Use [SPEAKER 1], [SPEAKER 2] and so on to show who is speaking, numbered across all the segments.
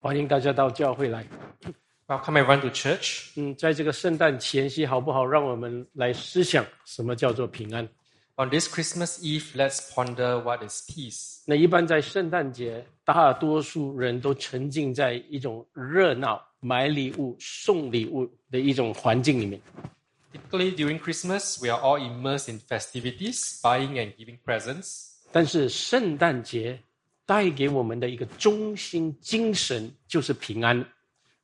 [SPEAKER 1] 欢迎大家到教会来。
[SPEAKER 2] Welcome everyone to church.
[SPEAKER 1] 嗯，在这个圣诞前夕，好不好？让我们来思想什么叫做平安。
[SPEAKER 2] On this Christmas Eve, let's ponder what is peace.
[SPEAKER 1] 那一般在圣诞节，大多数人都沉浸在一种热闹、买礼物、送礼物的一种环境里面。
[SPEAKER 2] Typically during Christmas, we are all immersed in festivities, buying and giving presents.
[SPEAKER 1] 但是圣诞节带给我们的一个中心精神就是平安。
[SPEAKER 2] But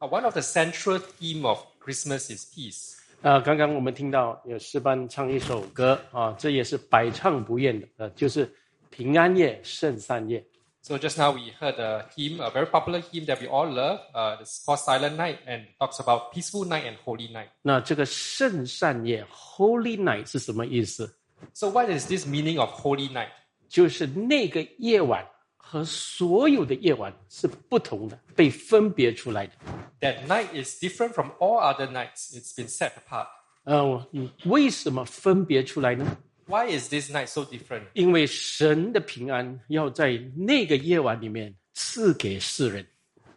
[SPEAKER 2] Uh, one of the central theme of Christmas is peace.
[SPEAKER 1] 呃，刚刚我们听到有诗班唱一首歌啊，这也是百唱不厌的，呃，就是平安夜、圣三夜。
[SPEAKER 2] So just now we heard a hymn, a very popular hymn that we all love. Uh, it's called Silent Night and talks about peaceful night and holy night.
[SPEAKER 1] 那这个圣善夜 （Holy Night） 是什么意思？
[SPEAKER 2] So what is this meaning of holy night?
[SPEAKER 1] 就是那个夜晚和所有的夜晚是不同的，被分别出来的。
[SPEAKER 2] That night is different from all other nights. It's been set apart.
[SPEAKER 1] 呃，嗯为什么分别出来呢？
[SPEAKER 2] Why is this night so different?
[SPEAKER 1] 因为神的平安要在那个夜晚里面赐给世人。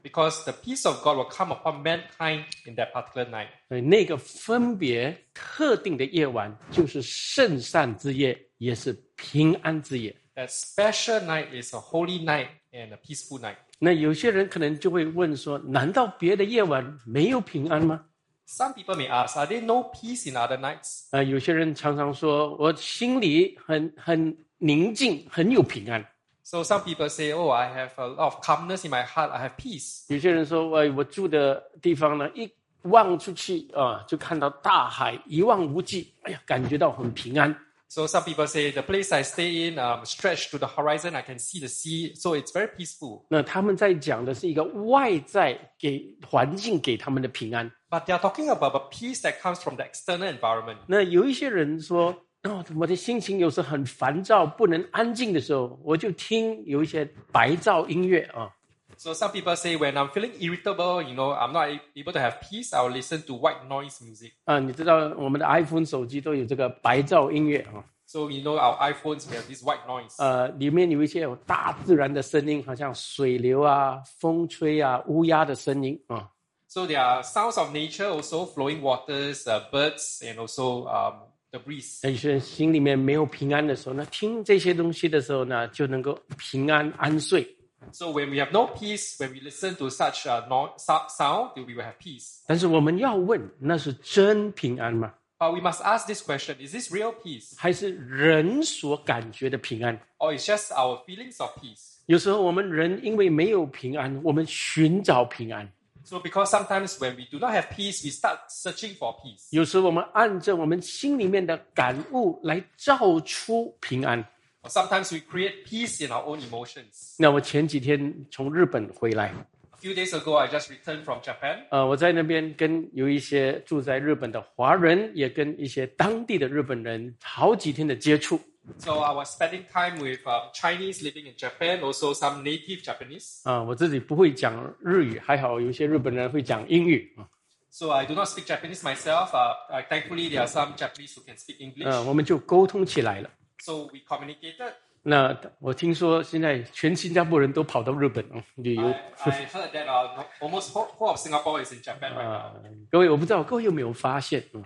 [SPEAKER 2] Because the peace of God will come upon mankind in that particular night.
[SPEAKER 1] 呃，那个分别特定的夜晚，就是圣善之夜，也是平安之夜。
[SPEAKER 2] That special night is a holy night and a peaceful night.
[SPEAKER 1] 那有些人可能就会问说：难道别的夜晚没有平安吗？
[SPEAKER 2] Some people may ask, are there no peace in other nights?
[SPEAKER 1] 啊、有些人常常说我心里很很宁静，很有平安；
[SPEAKER 2] So some people say, oh, I have a lot of calmness in my heart. I have peace.
[SPEAKER 1] 有些人说，哎，我住的地方呢，一望出去啊、就看到大海，一望无际，哎呀，感觉到很平安。
[SPEAKER 2] So some people say, the place I stay in, um, stretched to the horizon, I can see the sea. So it's very peaceful.
[SPEAKER 1] 那他们在讲的是一个外在给环境给他们的平安。
[SPEAKER 2] But they are talking about a peace that comes from the external environment.
[SPEAKER 1] 那有一些人说，哦，我的心情有时很烦躁，不能安静的时候，我就听有一些白噪音乐啊。
[SPEAKER 2] So some people say, when I'm feeling irritable, you know, I'm not able to have peace, I'll listen to white noise music.
[SPEAKER 1] 啊，你知道我们的 iPhone 手机都有这个白噪音乐啊，
[SPEAKER 2] So you know our iPhones, we have this white noise.
[SPEAKER 1] 呃，里面有一些有大自然的声音，好像水流啊、风吹啊、乌鸦的声音啊。
[SPEAKER 2] so there are sounds of nature, also flowing waters, uh, birds, and also um, the breeze.
[SPEAKER 1] 那有些人心里面没有平安的时候呢，听这些东西的时候呢，就能够平安安睡。
[SPEAKER 2] So when we have no peace, when we listen to such uh, no- so- sound, we will have peace.
[SPEAKER 1] 但是我们要问，那是真平安吗？
[SPEAKER 2] But we must ask this question: Is this real peace,
[SPEAKER 1] 还是人所感觉的平安？
[SPEAKER 2] or it's just our feelings of peace?
[SPEAKER 1] 有时候我们人因为没有平安，我们寻找平安；
[SPEAKER 2] So because sometimes when we do not have peace, we start searching for peace.
[SPEAKER 1] 有时候我们按照我们心里面的感悟来造出平安。
[SPEAKER 2] Or sometimes we create peace in our own emotions.
[SPEAKER 1] 那我前几天从日本回来，
[SPEAKER 2] A few days ago, I just returned from Japan.
[SPEAKER 1] 呃，我在那边跟有一些住在日本的华人，也跟一些当地的日本人好几天的接触。
[SPEAKER 2] So I was spending time with um, Chinese living in Japan, also some native Japanese.
[SPEAKER 1] 啊、我自己不会讲日语，还好有一些日本人会讲英语。啊
[SPEAKER 2] So I do not speak Japanese myself. Uh, uh, thankfully, there are some Japanese who can speak English.
[SPEAKER 1] 呃，我们就沟通起来了。
[SPEAKER 2] So we communicated.
[SPEAKER 1] 那我听说现在全新加坡人都跑到日本嗯旅游
[SPEAKER 2] I, I heard that uh, almost whole, whole of Singapore is in Japan right
[SPEAKER 1] 啊
[SPEAKER 2] now.、
[SPEAKER 1] 各位，我不知道各位有没有发现，嗯，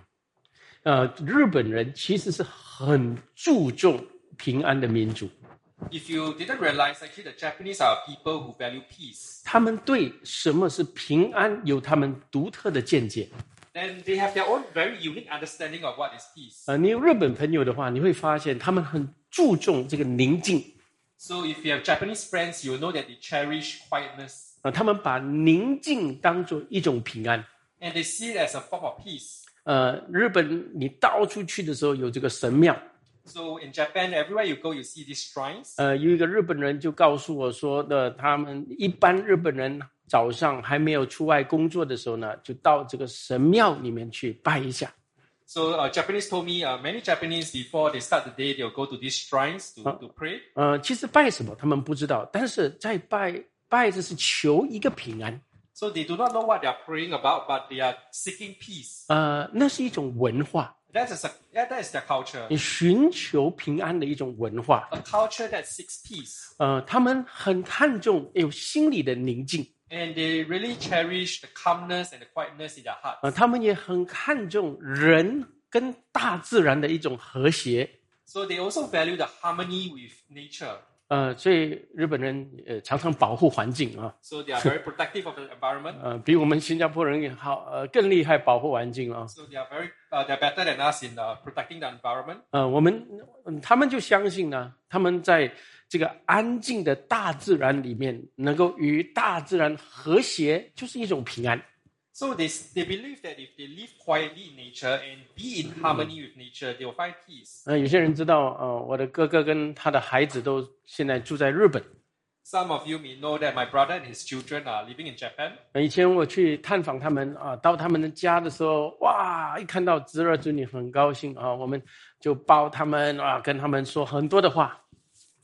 [SPEAKER 1] 呃，日本人其实是很注重平安的民族，
[SPEAKER 2] If you didn't realize, actually, the Japanese are people who value peace.
[SPEAKER 1] 他们对什么是平安有他们独特的见解。
[SPEAKER 2] Then they have their own very unique understanding of what is peace.
[SPEAKER 1] 呃，你有日本朋友的话，你会发现他们很注重这个宁静，
[SPEAKER 2] So if you have Japanese friends, you'll know that they cherish quietness
[SPEAKER 1] 啊、他们把宁静当做一种平安。
[SPEAKER 2] and they see it as a form of peace.
[SPEAKER 1] 呃，日本你到处去的时候有这个神庙，
[SPEAKER 2] So in Japan, everywhere you go, you see these shrines.
[SPEAKER 1] 呃，有一个日本人就告诉我说的，他们一般日本人早上还没有出外工作的时候呢，就到这个神庙里面去拜一下。
[SPEAKER 2] So uh, Japanese told me uh, many Japanese before they start the day, they'll go to these shrines to, to pray.
[SPEAKER 1] 呃，其实拜什么他们不知道，但是在拜拜的是求一个平安。
[SPEAKER 2] So they do not know what they are praying about, but they are seeking peace.
[SPEAKER 1] 呃，那是一种文化，
[SPEAKER 2] That is a, yeah, that is their culture,
[SPEAKER 1] 你寻求平安的一种文化。呃
[SPEAKER 2] a culture that seeks peace,
[SPEAKER 1] 呃，他们很看重有心理的宁静，
[SPEAKER 2] And they really cherish the calmness and the quietness in their heart.
[SPEAKER 1] 啊，他们也很看重人跟大自然的一种和谐。
[SPEAKER 2] So they also value the harmony with nature.
[SPEAKER 1] 呃，所以日本人呃常常保护环境啊，
[SPEAKER 2] So they are very protective of the environment.
[SPEAKER 1] 呃，比我们新加坡人也好呃更厉害保护环境啊。
[SPEAKER 2] So they are very uh, they're better than us in uh, protecting the environment.
[SPEAKER 1] 呃，我们嗯他们就相信呢，他们在这个安静的大自然里面，能够与大自然和谐，就是一种平安。
[SPEAKER 2] So they they believe that if they live quietly in nature and be in harmony with nature, they will find peace.
[SPEAKER 1] 呃，有些人知道，呃，我的哥哥跟他的孩子都现在住在日本。
[SPEAKER 2] Some of you may know that my brother and his children are living in Japan.
[SPEAKER 1] 呃以前我去探访他们啊，到他们的家的时候，哇，一看到侄儿侄女很高兴啊，我们就抱他们啊，跟他们说很多的话。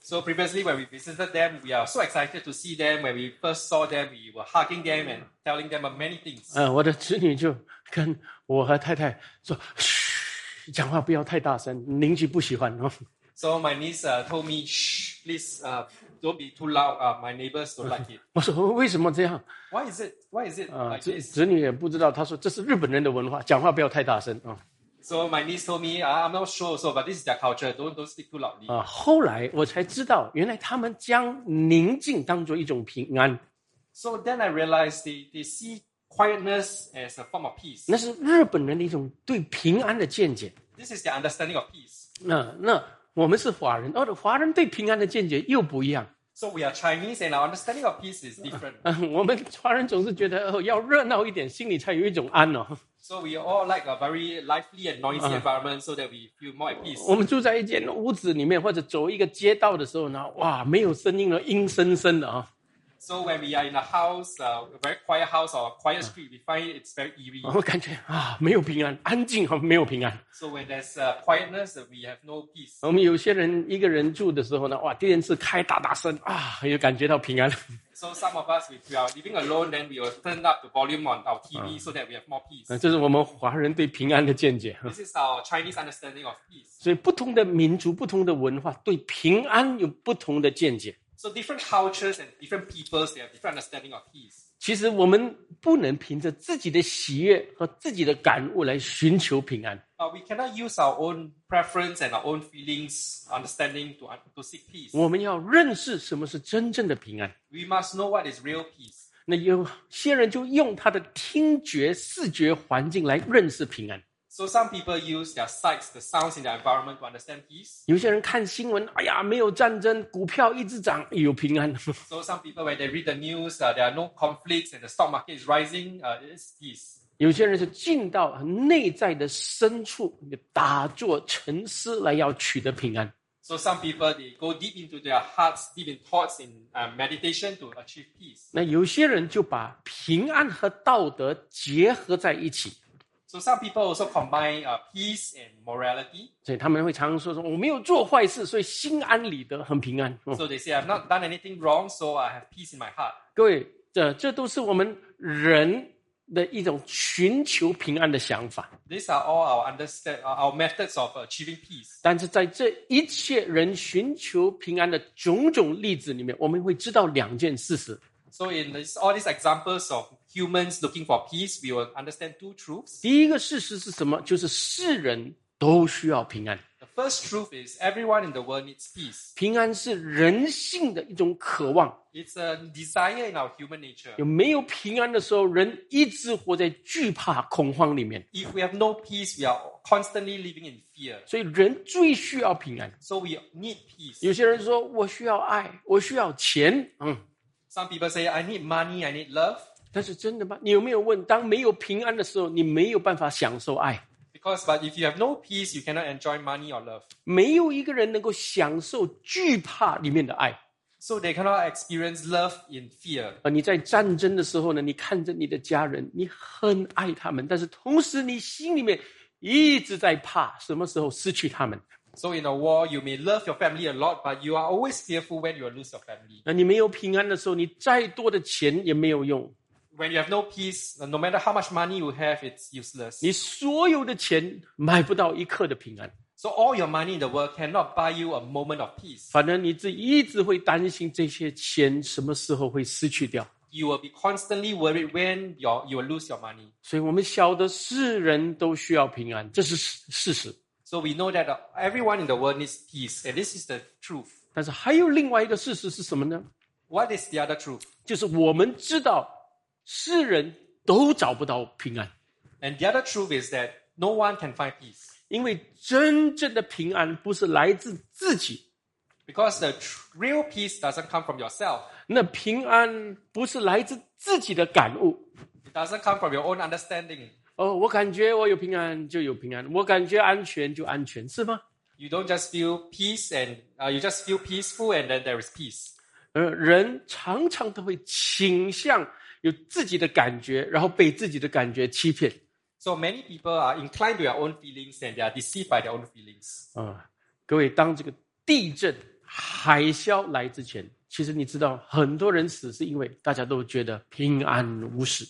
[SPEAKER 2] So previously, when we visited them, we are so excited to see them. When we first saw them, we were hugging them and telling them many things.
[SPEAKER 1] 呃，我的侄女就跟我和太太说，嘘，讲话不要太大声，邻居不喜欢哦。
[SPEAKER 2] So my niece uh, told me, "Shh, please uh, don't be too loud. Uh, my neighbors don't like it.
[SPEAKER 1] 我说为什么这样
[SPEAKER 2] Why is it? Why is it
[SPEAKER 1] 啊？
[SPEAKER 2] like
[SPEAKER 1] 侄
[SPEAKER 2] this?"
[SPEAKER 1] 侄女也不知道，她说这是日本人的文化，讲话不要太大声啊
[SPEAKER 2] So my niece told me, "Ah, "I'm not sure, so but this is their culture. Don't don't speak too loudly."
[SPEAKER 1] 啊！后来我才知道，原来他们将宁静当做一种平安，
[SPEAKER 2] So then I realized they, they see quietness as a form of peace.
[SPEAKER 1] 那是日本人的一种对平安的见解。
[SPEAKER 2] This is their understanding of peace.
[SPEAKER 1] 那那我们是华人，而华人对平安的见解又不一样。
[SPEAKER 2] So we are Chinese, and our understanding of peace is different.
[SPEAKER 1] 嗯，我们华人总是觉得哦要热闹一点，心里才有一种安哦。
[SPEAKER 2] So we all like a very lively and noisy environment, so that we feel more at peace.
[SPEAKER 1] 我们住在一间屋子里面，或者走一个街道的时候呢，哇，没有声音了，阴森森的啊。
[SPEAKER 2] So when we are in a house, uh, a very quiet house or a quiet street, we find it's very eerie.
[SPEAKER 1] 我感觉啊，没有平安，安静和没有平安。
[SPEAKER 2] So when there's uh, quietness, uh, we have no peace.
[SPEAKER 1] 我们有些人一个人住的时候呢，哇，电视开大大声啊，也感觉到平安。
[SPEAKER 2] So some of us, if we are living alone, then we will turn up the volume on our TV so that we have more peace.
[SPEAKER 1] 呃这是我们华人对平安的见解。
[SPEAKER 2] This is our Chinese understanding of peace.
[SPEAKER 1] 所以，不同的民族、不同的文化对平安有不同的见解。
[SPEAKER 2] So different cultures and different peoples, they have different understanding of peace.
[SPEAKER 1] 其实，我们不能凭着自己的喜悦和自己的感悟来寻求平安。
[SPEAKER 2] Uh, we cannot use our own preference and our own feelings, understanding to, to seek peace.
[SPEAKER 1] 我们要认识什么是真正的平安。
[SPEAKER 2] We must know what is real peace.
[SPEAKER 1] 那有些人就用他的听觉、视觉环境来认识平安。
[SPEAKER 2] So some people use their sights, the sounds in their environment to understand peace.
[SPEAKER 1] 有些人看新闻，哎呀，没有战争，股票一直涨，有平安。
[SPEAKER 2] So some people, when they read the news, uh, there are no conflicts and the stock market is rising, uh, it's peace.
[SPEAKER 1] 有些人是进到内在的深处，打坐沉思来要取得平安。
[SPEAKER 2] So some people, they go deep into their hearts, deep in thoughts, in uh, meditation to achieve peace.
[SPEAKER 1] 那有些人就把平安和道德结合在一起，
[SPEAKER 2] So some people also combine uh, peace and morality.
[SPEAKER 1] 所以他们会常常说说我没有做坏事，所以心安理得，很平安。哦
[SPEAKER 2] So they say, I've not done anything wrong, so I have peace in my heart.
[SPEAKER 1] 各位，这这都是我们人的一种寻求平安的想法。
[SPEAKER 2] These are all our understand uh, our methods of achieving peace.
[SPEAKER 1] 但是在这一切人寻求平安的种种例子里面，我们会知道两件事实：
[SPEAKER 2] So in this, all these examples of humans looking for peace, we will understand two truths.
[SPEAKER 1] 第一个事实是什么？就是世人都需要平安，
[SPEAKER 2] The first truth is everyone in the world needs peace.
[SPEAKER 1] 平安是人性的一种渴望。
[SPEAKER 2] It's a desire in our human nature.
[SPEAKER 1] 有没有平安的时候，人一直活在惧怕、恐慌里面，
[SPEAKER 2] If we have no peace, we are constantly living in fear.
[SPEAKER 1] 所以人最需要平安。
[SPEAKER 2] So we need peace.
[SPEAKER 1] 有些人说：“我需要爱，我需要钱。”嗯，
[SPEAKER 2] Some people say, "I need money, I need love,"
[SPEAKER 1] 但是真的吗？你有没有问，当没有平安的时候，你没有办法享受爱？
[SPEAKER 2] because but if you have no peace, you cannot enjoy money or love.
[SPEAKER 1] 没有一个人能够享受惧怕里面的爱。
[SPEAKER 2] So they cannot experience love in fear.
[SPEAKER 1] 啊，你在战争的时候呢，你看着你的家人，你很爱他们，但是同时你心里面一直在怕什么时候失去他们。
[SPEAKER 2] So in a war, you may love your family a lot, but you are always fearful when you will lose your family.
[SPEAKER 1] 那你没有平安的时候，你再多的钱也没有用，
[SPEAKER 2] When you have no peace, uh, no matter how much money you have, it's useless.
[SPEAKER 1] 你所有的钱买不到一刻的平安，
[SPEAKER 2] So all your money in the world cannot buy you a moment of peace.
[SPEAKER 1] 反而你自己一直会担心这些钱什么时候会失去掉。
[SPEAKER 2] you will be constantly worried when your, you will lose your money.
[SPEAKER 1] 所以我们晓得世人都需要平安，这是事事实。
[SPEAKER 2] So we know that uh, everyone in the world needs peace, and this is the truth.
[SPEAKER 1] 但是还有另外一个事实是什么呢？
[SPEAKER 2] What is the other truth?
[SPEAKER 1] 就是我们知道世人都找不到平安，
[SPEAKER 2] And the other truth is that no one can find peace
[SPEAKER 1] 因为真正的平安不是来自自己，
[SPEAKER 2] because the tr- real peace doesn't come from yourself.
[SPEAKER 1] 那平安不是来自自己的感悟。
[SPEAKER 2] It doesn't come from your own understanding.
[SPEAKER 1] 哦，我感觉我有平安就有平安，我感觉安全就安全，是吗？
[SPEAKER 2] You don't just feel peace and uh, you just feel peaceful, and then there is peace.
[SPEAKER 1] 呃，人常常都会倾向有自己的感觉，然后被自己的感觉欺骗
[SPEAKER 2] So many people are inclined to their own feelings and they are deceived by their own feelings.
[SPEAKER 1] 啊、各位，当这个地震、海啸来之前，其实你知道，很多人死是因为大家都觉得平安无事。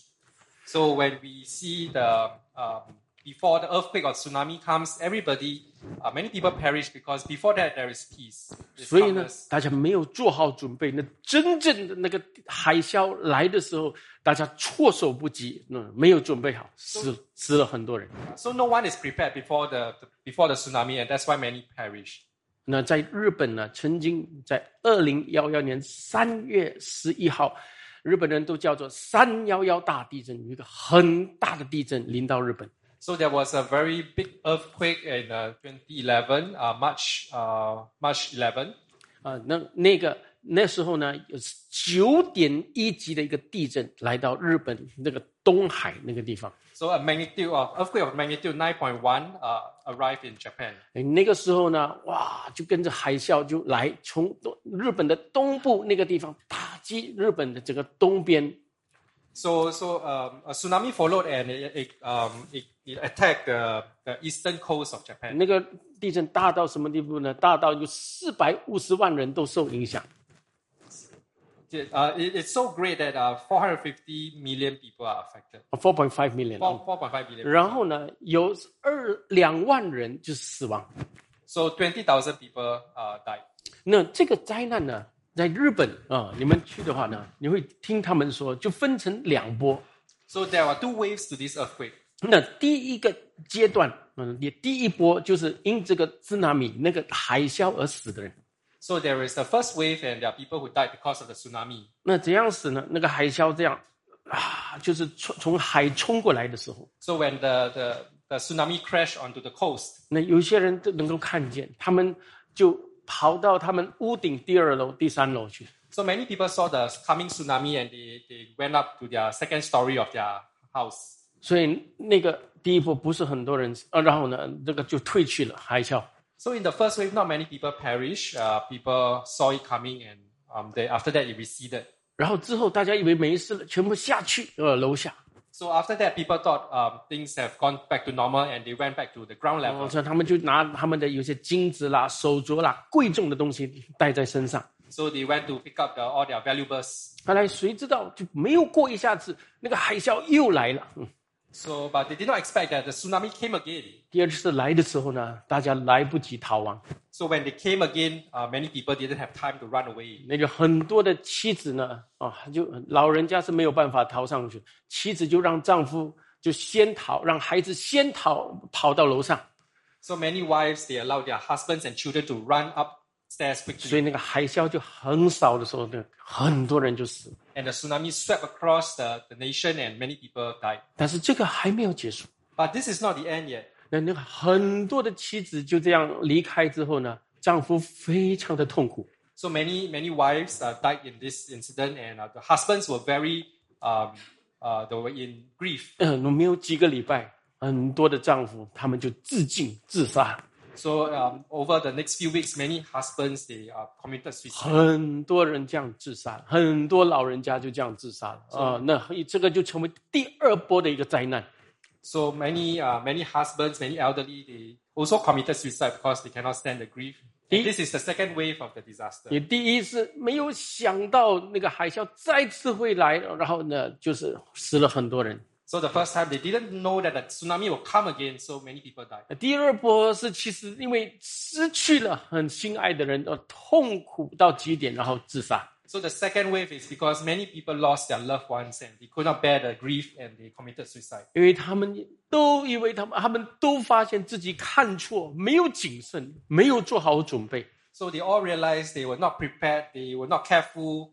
[SPEAKER 2] So when we see the um, before the earthquake or tsunami comes, everybody, uh, many people perish because before that there is peace. There's
[SPEAKER 1] 所以呢
[SPEAKER 2] calmness.，
[SPEAKER 1] 大家没有做好准备，那真正的那个海啸来的时候，大家措手不及，那没有准备好，死死了很多人。
[SPEAKER 2] So no one is prepared before the, the before the tsunami, and that's why many perish.
[SPEAKER 1] 那在日本呢，曾经在二零幺幺年三月十一号，日本人都叫做“三幺幺大地震”，有一个很大的地震临到日本。
[SPEAKER 2] So there was a very big earthquake in uh, 2011, uh, March uh, March 11.
[SPEAKER 1] 啊、那那个那时候呢，有九点一级的一个地震来到日本那个东海那个地方。
[SPEAKER 2] So a magnitude of earthquake of magnitude 9.1 uh, arrived in Japan.
[SPEAKER 1] 哎，那个时候呢，哇，就跟着海啸就来，从东日本的东部那个地方打击日本的这个东边。
[SPEAKER 2] So so um, a tsunami followed and it, it, um, it, it attacked the, the eastern coast of Japan.
[SPEAKER 1] 那个地震大到什么地步呢？大到有四百五十万人都受影响。
[SPEAKER 2] It, uh, it- it's so great that uh, 450 million people are affected.
[SPEAKER 1] Four point five million 哦。
[SPEAKER 2] Four- 4.5 million.
[SPEAKER 1] 然后呢，有二两万人就死亡。
[SPEAKER 2] So 20,000 people uh, died.
[SPEAKER 1] 那这个灾难呢，在日本啊、你们去的话呢，你会听他们说，就分成两波。
[SPEAKER 2] So there were two waves to this earthquake.
[SPEAKER 1] 那第一个阶段，嗯，也第一波就是因这个支那米那个海啸而死的人。
[SPEAKER 2] So there is the first wave, and there are people who died because of the tsunami.
[SPEAKER 1] 那怎样死呢？那个海啸这样啊，就是冲从海冲过来的时候，
[SPEAKER 2] So when the, the, the tsunami crashed onto the coast,
[SPEAKER 1] 那有些人都能够看见，他们就跑到他们屋顶第二楼、第三楼去。
[SPEAKER 2] so many people saw the coming tsunami and they, they went up to their second story of their house.
[SPEAKER 1] 所以那个第一波不是很多人死，呃，然后呢，这个就退去了海啸。
[SPEAKER 2] So in the first wave, not many people perished. Uh, people saw it coming, and um, they, after that, it receded.
[SPEAKER 1] 然后之后大家以为没事了，全部下去呃楼下，
[SPEAKER 2] So after that, people thought um, things have gone back to normal, and they went back to the ground
[SPEAKER 1] 然
[SPEAKER 2] level.
[SPEAKER 1] 后所以他们就拿他们的有些金子啦、手镯啦、贵重的东西带在身上。
[SPEAKER 2] So they went to pick up the, all their valuables.
[SPEAKER 1] 后来谁知道就没有过一下子，那个海啸又来了。嗯，
[SPEAKER 2] So, but they did not expect that the tsunami came again.
[SPEAKER 1] 第二次来的时候呢，大家来不及逃亡，
[SPEAKER 2] So when they came again, uh, many people didn't have time to run away.
[SPEAKER 1] 那个很多的妻子呢，啊，就老人家是没有办法逃上去，妻子就让丈夫就先逃，让孩子先逃，跑到楼上，
[SPEAKER 2] So many wives they allowed their husbands and children to run upstairs
[SPEAKER 1] 所
[SPEAKER 2] quickly,
[SPEAKER 1] 以那个海啸就很少的时候呢，很多人就死了。
[SPEAKER 2] and the tsunami swept across the, the nation, and many people died.
[SPEAKER 1] 但是这个还没有结束，
[SPEAKER 2] But this is not the end yet.
[SPEAKER 1] 那那个很多的妻子就这样离开之后呢，丈夫非常的痛苦，
[SPEAKER 2] So many many wives uh, died in this incident, and uh, the husbands were very um, uh, they were in grief.
[SPEAKER 1] 嗯、呃，没有几个礼拜，很多的丈夫他们就自尽自杀，
[SPEAKER 2] So um, over the next few weeks, many husbands they uh, committed suicide.
[SPEAKER 1] 很多人这样自杀，很多老人家就这样自杀了啊、那这个就成为第二波的一个灾难。
[SPEAKER 2] So many uh, many husbands, many elderly they also committed suicide because they cannot stand the grief. And
[SPEAKER 1] It-
[SPEAKER 2] this is the second wave of the disaster.
[SPEAKER 1] 也第一是没有想到那个海啸再次会来，然后呢，就是死了很多人。
[SPEAKER 2] So the first time they didn't know that the tsunami will come again, so many people died.
[SPEAKER 1] 第二波是其实因为失去了很心爱的人而痛苦到极点，然后自杀。
[SPEAKER 2] So the second wave is because many people lost their loved ones and they could not bear the grief and they committed suicide.
[SPEAKER 1] 因为他们都因为他们他们都发现自己看错，没有谨慎，没有做好准备，
[SPEAKER 2] So they all realized they were not prepared, they were not careful,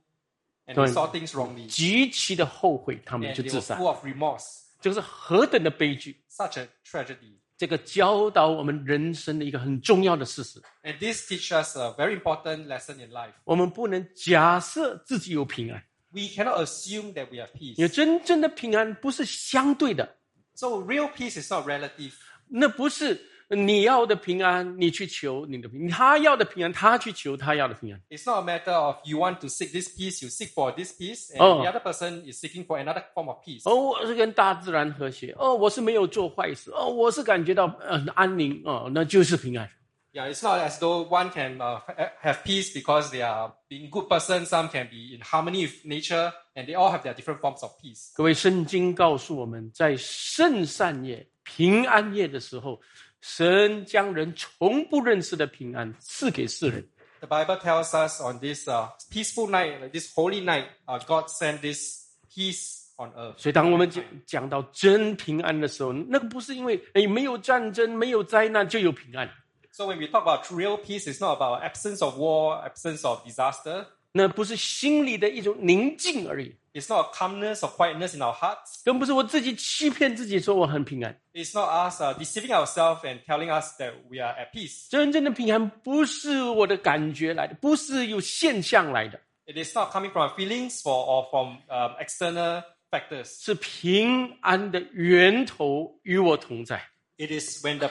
[SPEAKER 2] and they
[SPEAKER 1] Don't-
[SPEAKER 2] saw things wrongly.
[SPEAKER 1] 极其的后悔，他们
[SPEAKER 2] And
[SPEAKER 1] 就
[SPEAKER 2] they
[SPEAKER 1] 自
[SPEAKER 2] were
[SPEAKER 1] 杀。
[SPEAKER 2] full of remorse.
[SPEAKER 1] 这个是何等的悲剧！
[SPEAKER 2] Such a tragedy.
[SPEAKER 1] 这个教导我们人生的一个很重要的事实：
[SPEAKER 2] And this teaches us a very important lesson in life.
[SPEAKER 1] 我们不能假设自己有平安，
[SPEAKER 2] We cannot assume that we have
[SPEAKER 1] 因为
[SPEAKER 2] peace.
[SPEAKER 1] 真正的平安不是相对的，
[SPEAKER 2] So real peace is not relative.
[SPEAKER 1] 那不是你要的平安，你去求你的平安；他要的平安，他去求他要的平安。
[SPEAKER 2] It's not a matter of you want to seek this peace, you seek for this peace, and
[SPEAKER 1] Oh.
[SPEAKER 2] the other person is seeking for another form of peace.
[SPEAKER 1] 哦，我是跟大自然和谐，哦，我是没有做坏事，哦，我是感觉到呃很安宁，哦，那就是平安。
[SPEAKER 2] Yeah, it's not as though one can uh, ha- have peace because they are being good person. Some can be in harmony with nature, and they all have their different forms of peace.
[SPEAKER 1] 各位，圣经告诉我们在圣善夜、平安夜的时候，神将人从不认识的平安赐给世人。
[SPEAKER 2] The Bible tells us on this uh, peaceful night, like this holy night, uh, God sent this peace on earth.
[SPEAKER 1] 所以，当我们讲讲到真平安的时候，那个不是因为哎没有战争、没有灾难就有平安，
[SPEAKER 2] So when we talk about real peace, it's not about absence of war, absence of disaster.
[SPEAKER 1] 那不是心里的一种宁静而已，
[SPEAKER 2] It's not a calmness or quietness in our hearts.
[SPEAKER 1] 更不是我自己欺骗自己说我很平安。
[SPEAKER 2] It's not us uh, deceiving ourselves and telling us that we are at peace.
[SPEAKER 1] 真正的平安不是我的感觉来的，不是有现象来的，
[SPEAKER 2] It is not coming from our feelings for, or from um, external factors.
[SPEAKER 1] 是平安的源头与我同在。
[SPEAKER 2] It is when the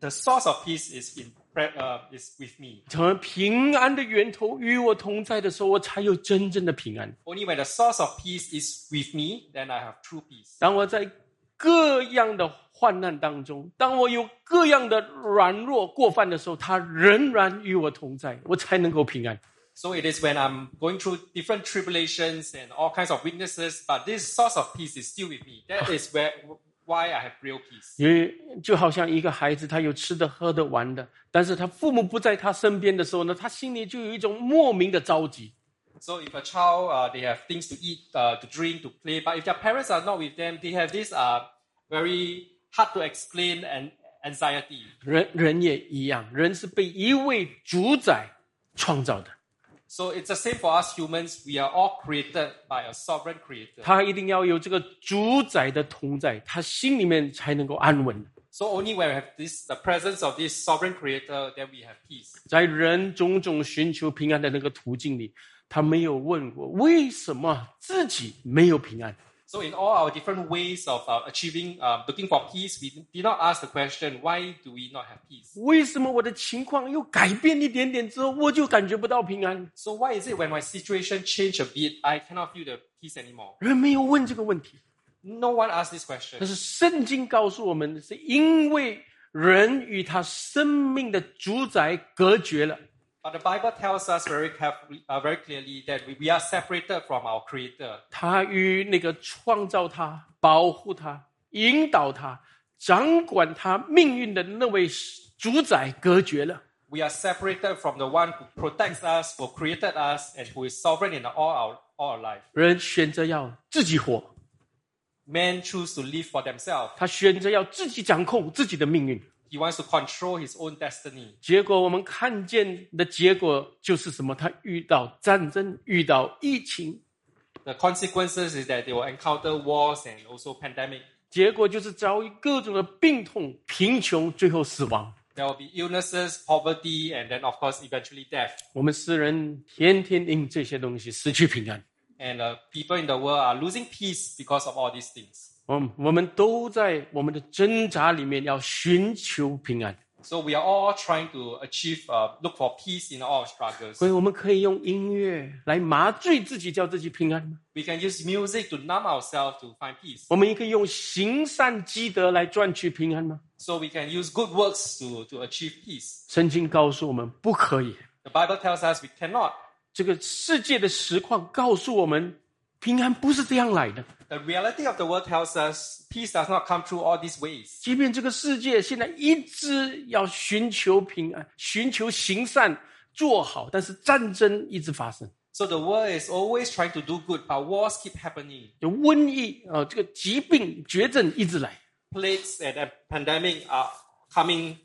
[SPEAKER 2] the source of peace is in pre- uh, is with me.
[SPEAKER 1] 成为平安的源头与我同在的时候，我才有真正的平安。
[SPEAKER 2] Only when the source of peace is with me, then I have true peace.
[SPEAKER 1] 当我在各样的患难当中，当我有各样的软弱过犯的时候，他仍然与我同在，我才能够平安。
[SPEAKER 2] So it is when I'm going through different tribulations and all kinds of weaknesses, but this source of peace is still with me. That is where why I have real peace.
[SPEAKER 1] 因为就好像一个孩子，他有吃的、喝的、玩的，但是他父母不在他身边的时候呢，他心里就有一种莫名的着急。
[SPEAKER 2] So if a child uh, they have things to eat, uh, to drink, to play, but if their parents are not with them, they have this uh, very hard to explain and anxiety.
[SPEAKER 1] 人人也一样，人是被一位主宰创造的，
[SPEAKER 2] So it's the same for us humans. We are all created by a sovereign creator.
[SPEAKER 1] 他一定要有这个主宰的同在，他心里面才能够安稳。
[SPEAKER 2] So only when we have this, the presence of this sovereign creator, then we have peace.
[SPEAKER 1] 在人种种寻求平安的那个途径里，他没有问过为什么自己没有平安。
[SPEAKER 2] So in all our different ways of uh, achieving, uh, looking for peace, we did not ask the question, why do we not have peace?
[SPEAKER 1] 为什么我的情况又改变一点点之后，我就感觉不到平安？
[SPEAKER 2] So why is it when my situation changed a bit, I cannot feel the peace anymore?
[SPEAKER 1] 人没有问这个问题，
[SPEAKER 2] No one asked this
[SPEAKER 1] 但
[SPEAKER 2] question.
[SPEAKER 1] 是圣经告诉我们，是因为人与他生命的主宰隔绝了，
[SPEAKER 2] But the Bible tells us very carefully, uh, very clearly that we, we are separated from our creator.
[SPEAKER 1] 他与那个创造他、保护他、引导他、掌管他命运的那位主宰隔绝了。
[SPEAKER 2] We are separated from the one who protects us, who created us, and who is sovereign in all our, all our life.
[SPEAKER 1] 人选择要自己活，
[SPEAKER 2] Men choose to live for themselves.
[SPEAKER 1] 他选择要自己掌控自己的命运。
[SPEAKER 2] He wants to control his own destiny.
[SPEAKER 1] 结果我们看见的结果就是什么？他遇到战争，遇到疫情，
[SPEAKER 2] The consequences is that they will encounter wars and also pandemic.
[SPEAKER 1] 结果就是遭遇各种的病痛、贫穷，最后死亡。
[SPEAKER 2] There will be illnesses, poverty, and then of course eventually death.
[SPEAKER 1] 我们世人天天因这些东西失去平安。
[SPEAKER 2] And uh, people in the world are losing peace because of all these things.
[SPEAKER 1] 我们嗯我们都在我们的挣扎里面要寻求平安，
[SPEAKER 2] So we are all trying to achieve, uh, look for peace in all our struggles.
[SPEAKER 1] 所以我们可以用音乐来麻醉自己，叫自己平安吗？
[SPEAKER 2] We can use music to numb ourselves to find peace.
[SPEAKER 1] 我们也可以用行善积德来赚取平安吗？
[SPEAKER 2] So we can use good works to, to achieve peace.
[SPEAKER 1] 圣经告诉我们不可以。
[SPEAKER 2] The Bible tells us we cannot.
[SPEAKER 1] 这个世界的实况告诉我们，平安不是这样来的。
[SPEAKER 2] The reality of the world tells us peace does not come through all these ways.
[SPEAKER 1] 即便这个世界现在一直要寻求平安、寻求行善、做好，但是战争一直发生。
[SPEAKER 2] So the world is always trying to do good, but wars keep happening.
[SPEAKER 1] 有瘟疫啊、呃这个疾病、绝症一直来，
[SPEAKER 2] Plagues and a pandemic are coming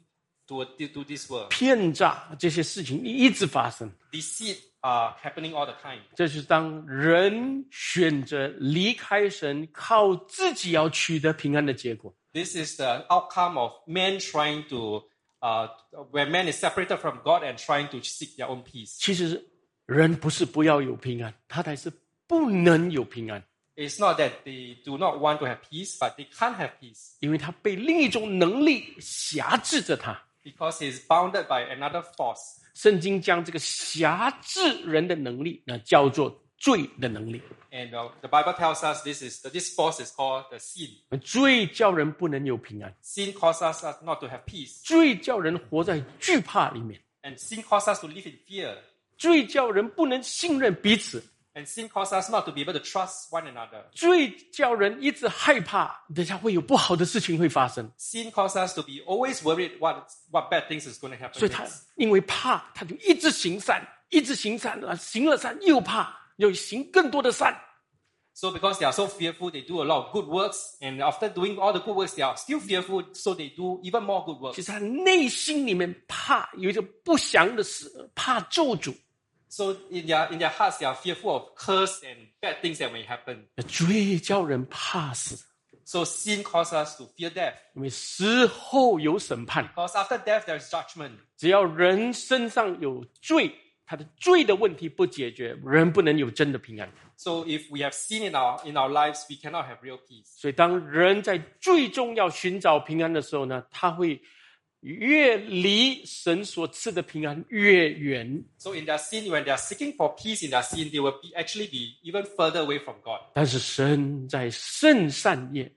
[SPEAKER 2] to, to this world.
[SPEAKER 1] 骗诈这些事情一直发生。
[SPEAKER 2] Deceit are happening all the time.
[SPEAKER 1] 这是当人选择离开神，靠自己要取得平安的结果。
[SPEAKER 2] This is the outcome of men trying to, uh, where man is separated from God and trying to seek their own peace.
[SPEAKER 1] 其实人不是不要有平安，他才是不能有平安，
[SPEAKER 2] It's not that they do not want to have peace, but they can't have peace
[SPEAKER 1] 因为他被另一种能力辖制着他。
[SPEAKER 2] because he's bounded by another force.
[SPEAKER 1] 圣经将这个辖制人的能力，那叫做罪的能力。
[SPEAKER 2] And uh, the Bible tells us this is this force is called the sin.
[SPEAKER 1] 罪叫人不能有平安，
[SPEAKER 2] Sin causes us not to have peace,
[SPEAKER 1] 罪叫人活在惧怕里面，
[SPEAKER 2] and sin causes us to live in fear,
[SPEAKER 1] 罪叫人不能信任彼此，
[SPEAKER 2] and sin causes us not to be able to trust one another.
[SPEAKER 1] 罪叫人一直害怕，等下会有不好的事情会发生，
[SPEAKER 2] Sin causes us to be always worried what what bad things is going to happen.
[SPEAKER 1] 所以他
[SPEAKER 2] next.
[SPEAKER 1] 因为怕，他就一直行善，一直行善啊，行了善又怕，又行更多的善，
[SPEAKER 2] So because they are so fearful, they do a lot of good works, and after doing all the good works, they are still fearful, so they do even more good
[SPEAKER 1] 其
[SPEAKER 2] works.
[SPEAKER 1] 实他内心里面怕有一个不祥的事，怕咒诅，
[SPEAKER 2] So in their in their hearts, they are fearful of curse and bad things that may happen.
[SPEAKER 1] 罪叫人怕死，
[SPEAKER 2] So sin causes us to fear death,
[SPEAKER 1] 因为死后有审判。
[SPEAKER 2] because after death there is judgment.
[SPEAKER 1] 只要人身上有罪，他的罪的问题不解决，人不能有真的平安。
[SPEAKER 2] So if we have sin in our in our lives, we cannot have real peace.
[SPEAKER 1] 所以，当人在最终要寻找平安的时候呢，他会越离神所赐的平安越远。
[SPEAKER 2] So in their sin, when they are seeking for peace in their sin, they will be, actually be even further away from God.
[SPEAKER 1] 但是，神在圣善夜，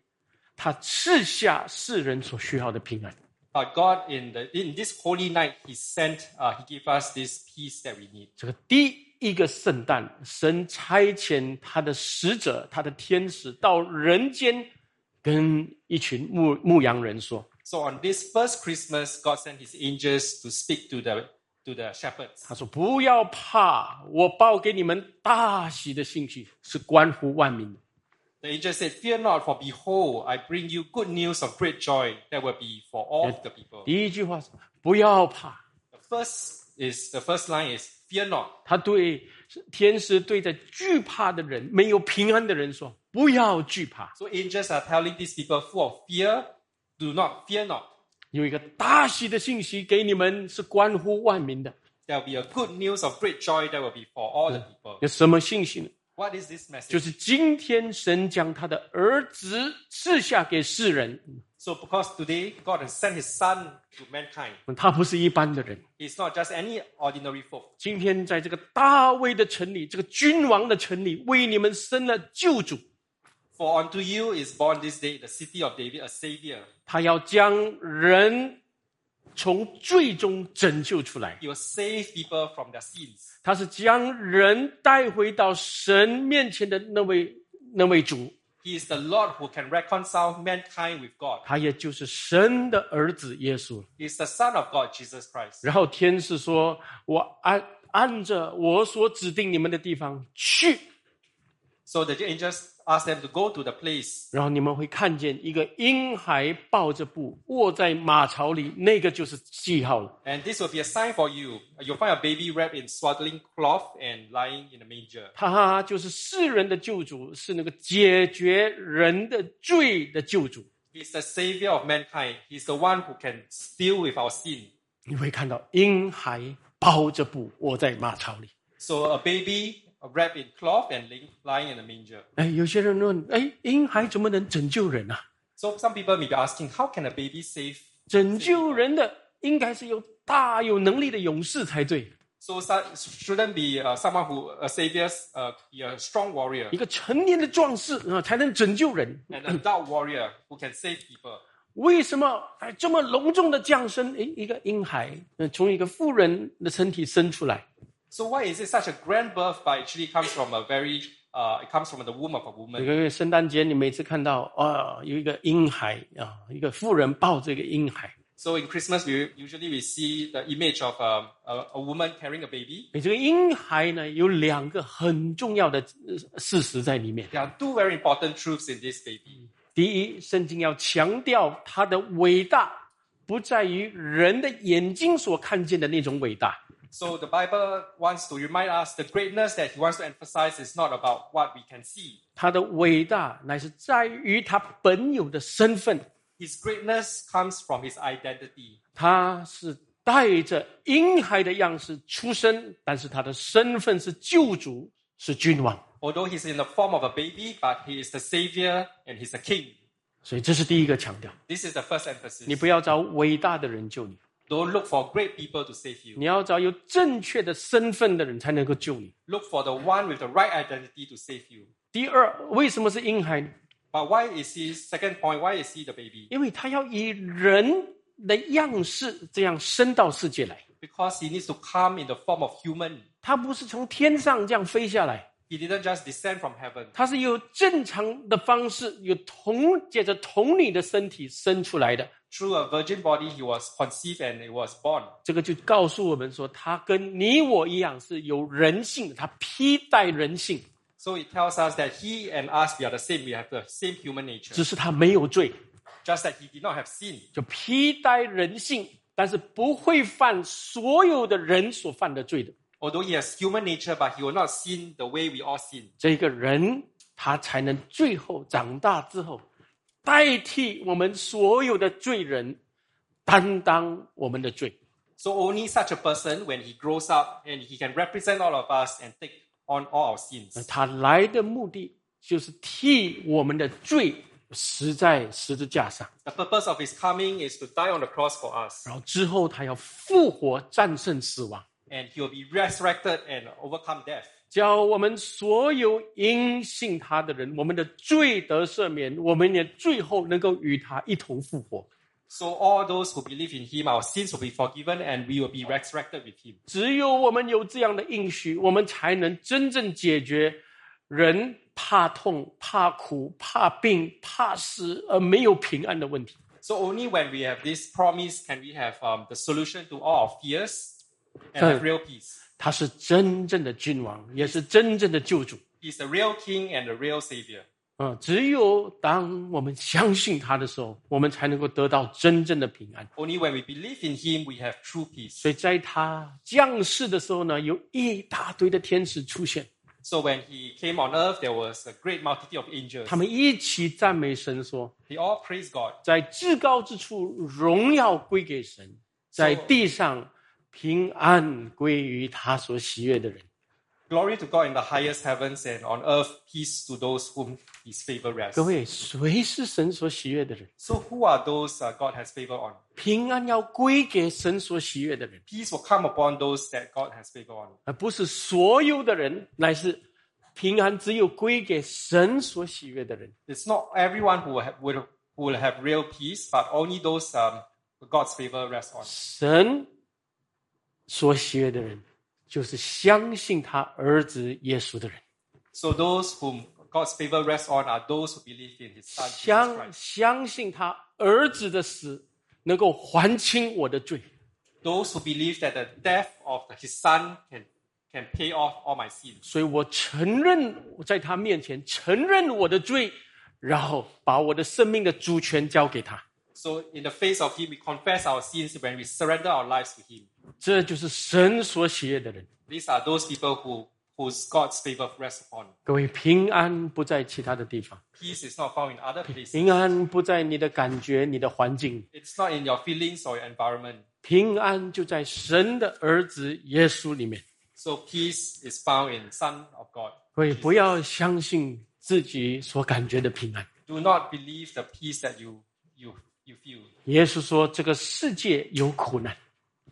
[SPEAKER 1] 他赐下世人所需要的平安。
[SPEAKER 2] But God, in the in this holy night, He sent, uh, He gave us this peace that we need.
[SPEAKER 1] 这个第一个圣诞，神差遣他的使者，他的天使到人间，跟一群牧牧羊人说。
[SPEAKER 2] So on this first Christmas, God sent His angels to speak to the to the shepherds.
[SPEAKER 1] 他说：“不要怕，我报给你们大喜的信息是关乎万民的。
[SPEAKER 2] The angels said, "Fear not, for behold, I bring you good news of great joy that will be for all the people."
[SPEAKER 1] 第一句话是“不要怕
[SPEAKER 2] The first is the first line is "Fear not." ”，
[SPEAKER 1] 他对天使对着惧怕的人、没有平安的人说：“不要惧怕，
[SPEAKER 2] So angels are telling these people full of fear, "Do not fear not."
[SPEAKER 1] 有一个大喜的信息给你们，是关乎万民的。
[SPEAKER 2] There will be a good news of great joy that will be for all the people.
[SPEAKER 1] 有什么信息呢？
[SPEAKER 2] What is this
[SPEAKER 1] 就
[SPEAKER 2] message?
[SPEAKER 1] 是今天神将他的儿子赐下给世人，
[SPEAKER 2] So because today God has sent His Son to mankind,
[SPEAKER 1] 他不是一般的人。
[SPEAKER 2] He's not just any ordinary folk.
[SPEAKER 1] 今天在这个大卫的城里，这个君王的城里，为你们生了救主。”
[SPEAKER 2] For unto you is born this day in the city of David a Savior.
[SPEAKER 1] 他要将人从最终拯救出来，
[SPEAKER 2] He will save people from their sins.
[SPEAKER 1] 他是将人带回到神面前的那位那位主，
[SPEAKER 2] He is the Lord who can reconcile mankind with God.
[SPEAKER 1] 他也就是神的儿子耶稣。
[SPEAKER 2] He is the Son of God, Jesus Christ.
[SPEAKER 1] 然后天使说：“我按按着我所指定你们的地方去。
[SPEAKER 2] So the angels asked them to go to the place ”
[SPEAKER 1] 然后你们会看见一个婴孩抱着布卧在马槽里，那个就是记号了。
[SPEAKER 2] And this will be a sign for you. You'll find a baby wrapped in swaddling cloth and lying in a manger.
[SPEAKER 1] 他就是世人的救主，是那个解决人的罪的救主。
[SPEAKER 2] He's the savior of mankind. He's the one who can deal with our sin.
[SPEAKER 1] 你会看到婴孩包着布卧在马槽里。
[SPEAKER 2] So a baby wrapped in cloth and ly- lying in a manger.
[SPEAKER 1] 哎，有些人问，哎，婴孩怎么能拯救人啊？
[SPEAKER 2] So some people may be asking, how can a baby save?
[SPEAKER 1] 拯救人的应该是有大有能力的勇士才对，
[SPEAKER 2] So so- shouldn't be uh, someone who a savior, uh, be a strong warrior,
[SPEAKER 1] 一个成年的壮士啊、才能拯救人。
[SPEAKER 2] an adult warrior who can save people.
[SPEAKER 1] 为什么哎这么隆重的降生？哎，一个婴孩，嗯、从一个妇人的身体生出来，
[SPEAKER 2] So why is it such a grand birth? But actually, comes from a very uh, it comes from the womb of a
[SPEAKER 1] 每
[SPEAKER 2] woman.
[SPEAKER 1] 个月圣诞节你每次看到啊、哦有一个婴孩啊、一个妇人抱着一个婴孩，
[SPEAKER 2] So in Christmas, we usually we see the image of um, a, a woman carrying a baby.
[SPEAKER 1] 哎你这个婴孩呢，有两个很重要的呃事实在里面。
[SPEAKER 2] There are two very important truths in this baby.
[SPEAKER 1] 第一，圣经要强调他的伟大，不在于人的眼睛所看见的那种伟大，
[SPEAKER 2] So the Bible wants to remind us the greatness that he wants to emphasize is not about what we can see.
[SPEAKER 1] 他的伟大乃是在于他本有的身份，
[SPEAKER 2] His greatness comes from his identity.
[SPEAKER 1] 他是带着婴孩的样式出生，但是他的身份是救主，是君王，
[SPEAKER 2] Although he's in the form of a baby, but he is the savior and he's a king.
[SPEAKER 1] 所以这是第一个强调。
[SPEAKER 2] This is the first emphasis.
[SPEAKER 1] 你不要找伟大的人救你，
[SPEAKER 2] Don't look for great people to save you.
[SPEAKER 1] 你要找有正确的身份的人才能够救你。
[SPEAKER 2] Look for the one with the right identity to save you.
[SPEAKER 1] 第二，为什么是婴孩呢？
[SPEAKER 2] But why is he, second point, why is he the baby?
[SPEAKER 1] 因为他要以人的样式这样升到世界来，
[SPEAKER 2] Because he needs to come in the form of human.
[SPEAKER 1] 他不是从天上这样飞下来，
[SPEAKER 2] He didn't just descend from heaven.
[SPEAKER 1] 他是有正常的方式，有同借着同理的身体生出来的。
[SPEAKER 2] Through a virgin body, he was conceived and he was born.
[SPEAKER 1] 这个就告诉我们说，他跟你我一样是有人性的，他披戴人性，
[SPEAKER 2] So it tells us that he and us, we are the same. We have the same human nature.
[SPEAKER 1] 只是他没有罪，
[SPEAKER 2] Just that he did not have sin.
[SPEAKER 1] 就披戴人性，但是不会犯所有的人所犯的罪的。
[SPEAKER 2] Although he has human nature, but he will not sin the way we all sin.
[SPEAKER 1] 这个人他才能最后长大之后，代替我们所有的罪人，担当我们的罪。
[SPEAKER 2] So only such a person, when he grows up, and he can represent all of us and take on all our
[SPEAKER 1] 那
[SPEAKER 2] sins.
[SPEAKER 1] 他来的目的就是替我们的罪死在十字架上，
[SPEAKER 2] The purpose of his coming is to die on the cross for us,
[SPEAKER 1] 然后之后他要复活，战胜死亡，
[SPEAKER 2] and he will be resurrected and overcome death.
[SPEAKER 1] 叫我们所有因信他的人，我们的罪得赦免，我们也最后能够与他一同复活。
[SPEAKER 2] So all those who believe in him, our sins will be forgiven, and we will be resurrected with him.
[SPEAKER 1] 只有我们有这样的应许，我们才能真正解决人怕痛、怕苦、怕病、怕死而没有平安的问题。
[SPEAKER 2] So only when we have this promise can we have um, the solution to all our fears and
[SPEAKER 1] So-
[SPEAKER 2] have real peace.
[SPEAKER 1] 他是真正的君王，也是真正的救主。
[SPEAKER 2] He's the real king and the real savior.
[SPEAKER 1] 啊！只有当我们相信他的时候，我们才能够得到真正的平安。
[SPEAKER 2] Only when we believe in him, we have true peace.
[SPEAKER 1] 所以，在他降世的时候呢，有一大堆的天使出现，
[SPEAKER 2] So when he came on earth, there was a great multitude of angels.
[SPEAKER 1] 他们一起赞美神，说：“
[SPEAKER 2] They all praise God.
[SPEAKER 1] 在至高之处，荣耀归给神；在地上，平安归于他所喜悦的人。
[SPEAKER 2] Glory to God in the highest heavens and on earth, peace to those whom his favor rests.
[SPEAKER 1] 各位，谁是神所喜悦的人？
[SPEAKER 2] So who are those uh, God has favor on?
[SPEAKER 1] 平安要归给神所喜悦的人，
[SPEAKER 2] Peace will come upon those that God has favor on.
[SPEAKER 1] 而不是所有的人，乃是平安只有归给神所喜悦的人。
[SPEAKER 2] It's not everyone who will have, would, who will have real peace, but only those um, who God's favor rests on.
[SPEAKER 1] 神所喜悦的人，就是相信他儿子耶稣的人，
[SPEAKER 2] So those whom God's favor rests on are those who believe in his son, Jesus
[SPEAKER 1] 相
[SPEAKER 2] Christ.
[SPEAKER 1] 相信他儿子的死能够还清我的罪。
[SPEAKER 2] Those who believe that the death of his son can, can pay off all my sins.
[SPEAKER 1] 所以我承认我在他面前承认我的罪，然后把我的生命的主权交给他。
[SPEAKER 2] So in the face of him, we confess our sins when we surrender our lives to him.
[SPEAKER 1] 这就是神所喜悦的人。
[SPEAKER 2] These are those people who whose God's favor rests upon.
[SPEAKER 1] 各位，平安不在其他的地方，
[SPEAKER 2] Peace is not found in other places.
[SPEAKER 1] 平安不在你的感觉、你的环境，
[SPEAKER 2] It's not in your feelings or your environment.
[SPEAKER 1] 平安就在神的儿子耶稣里面。
[SPEAKER 2] So peace is found in Son of God.
[SPEAKER 1] 各位，不要相信自己所感觉的平安。
[SPEAKER 2] Do not believe the peace that you you you feel.
[SPEAKER 1] 耶稣说：“这个世界有苦难，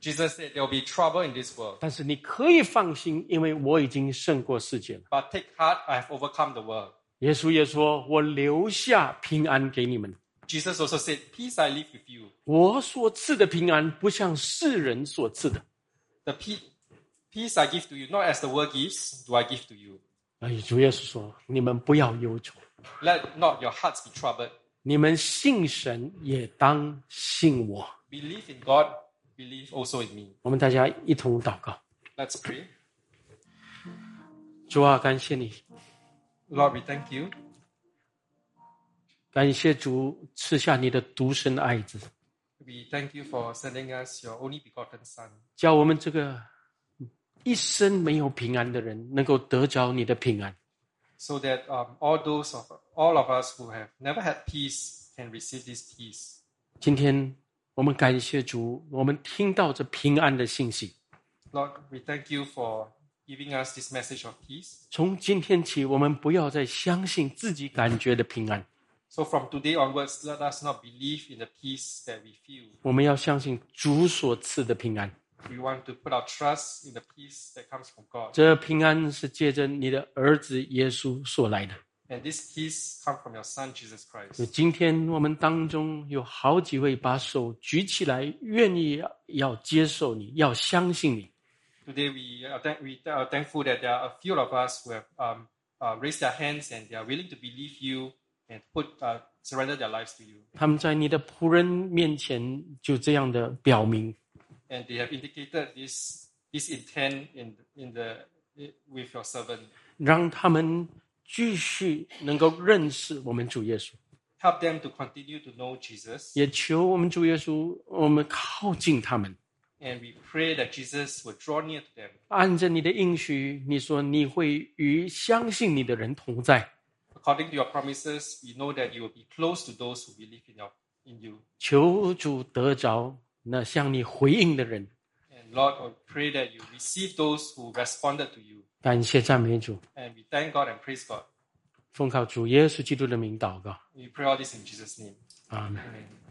[SPEAKER 2] Jesus said there will be trouble in this world,
[SPEAKER 1] 但是你可以放心，因为我已经胜过世界了。”
[SPEAKER 2] but take heart, I have overcome the world.
[SPEAKER 1] 耶稣也说：“我留下平安给你们，
[SPEAKER 2] Jesus also said, "Peace I leave with you."
[SPEAKER 1] 我所赐的平安不像世人所赐的。
[SPEAKER 2] The pe- peace I give to you, not as the world gives, do I give to you. ”
[SPEAKER 1] 所哎以主耶稣说：“你们不要忧愁，
[SPEAKER 2] Let not your hearts be troubled.
[SPEAKER 1] 你们信神也当信我。
[SPEAKER 2] Believe in God, believe also in me.
[SPEAKER 1] 我们大家一同祷告，
[SPEAKER 2] Let's pray.
[SPEAKER 1] 主啊，感谢你，
[SPEAKER 2] Lord, we thank you.
[SPEAKER 1] 感谢主赐下你的独生爱子，
[SPEAKER 2] We thank you for sending us your only begotten Son,
[SPEAKER 1] 叫我们这个一生没有平安的人，能够得着你的平安。
[SPEAKER 2] so that um, all those of all of us who have never had peace can receive this peace.
[SPEAKER 1] 今天我们感谢主，我们听到这平安的信息。
[SPEAKER 2] Lord, we thank you for giving us this message of peace.
[SPEAKER 1] 从今天起，我们不要再相信自己感觉的平安，
[SPEAKER 2] So from today onwards, let us not believe in the peace that we feel.
[SPEAKER 1] 我们要相信主所赐的平安。
[SPEAKER 2] We want to put our trust in the peace that comes from God.
[SPEAKER 1] 这平安是借着你的儿子耶稣所来的。
[SPEAKER 2] And this peace comes from your Son, Jesus Christ.
[SPEAKER 1] 今天我们当中有好几位把手举起来，愿意要接受你，要相信你。
[SPEAKER 2] Today, we are, thank- we are thankful that there are a few of us who have um, uh, raised their hands and they are willing to believe you and put uh, surrender their lives to you.
[SPEAKER 1] 他们在你的仆人面前就这样的表明，
[SPEAKER 2] And they have indicated this this intent in in the with your servant.
[SPEAKER 1] 让他们继续能够认识我们主耶稣，
[SPEAKER 2] Help them to continue to know Jesus,
[SPEAKER 1] 也求我们主耶稣，我们靠近他们，
[SPEAKER 2] and we pray that Jesus will draw near to them.
[SPEAKER 1] 按着你的应许，你说你会与相信你的人同在，
[SPEAKER 2] According to your promises, we know that you will be close to those who believe in your in you.
[SPEAKER 1] 求主得着那向你回应的人。
[SPEAKER 2] And Lord, I pray that you receive those who responded to you.
[SPEAKER 1] 感谢赞美主，
[SPEAKER 2] And we thank God and praise God.
[SPEAKER 1] 奉靠主耶稣基督的名祷告，
[SPEAKER 2] We pray all this in Jesus' name.
[SPEAKER 1] 阿门。
[SPEAKER 2] Amen.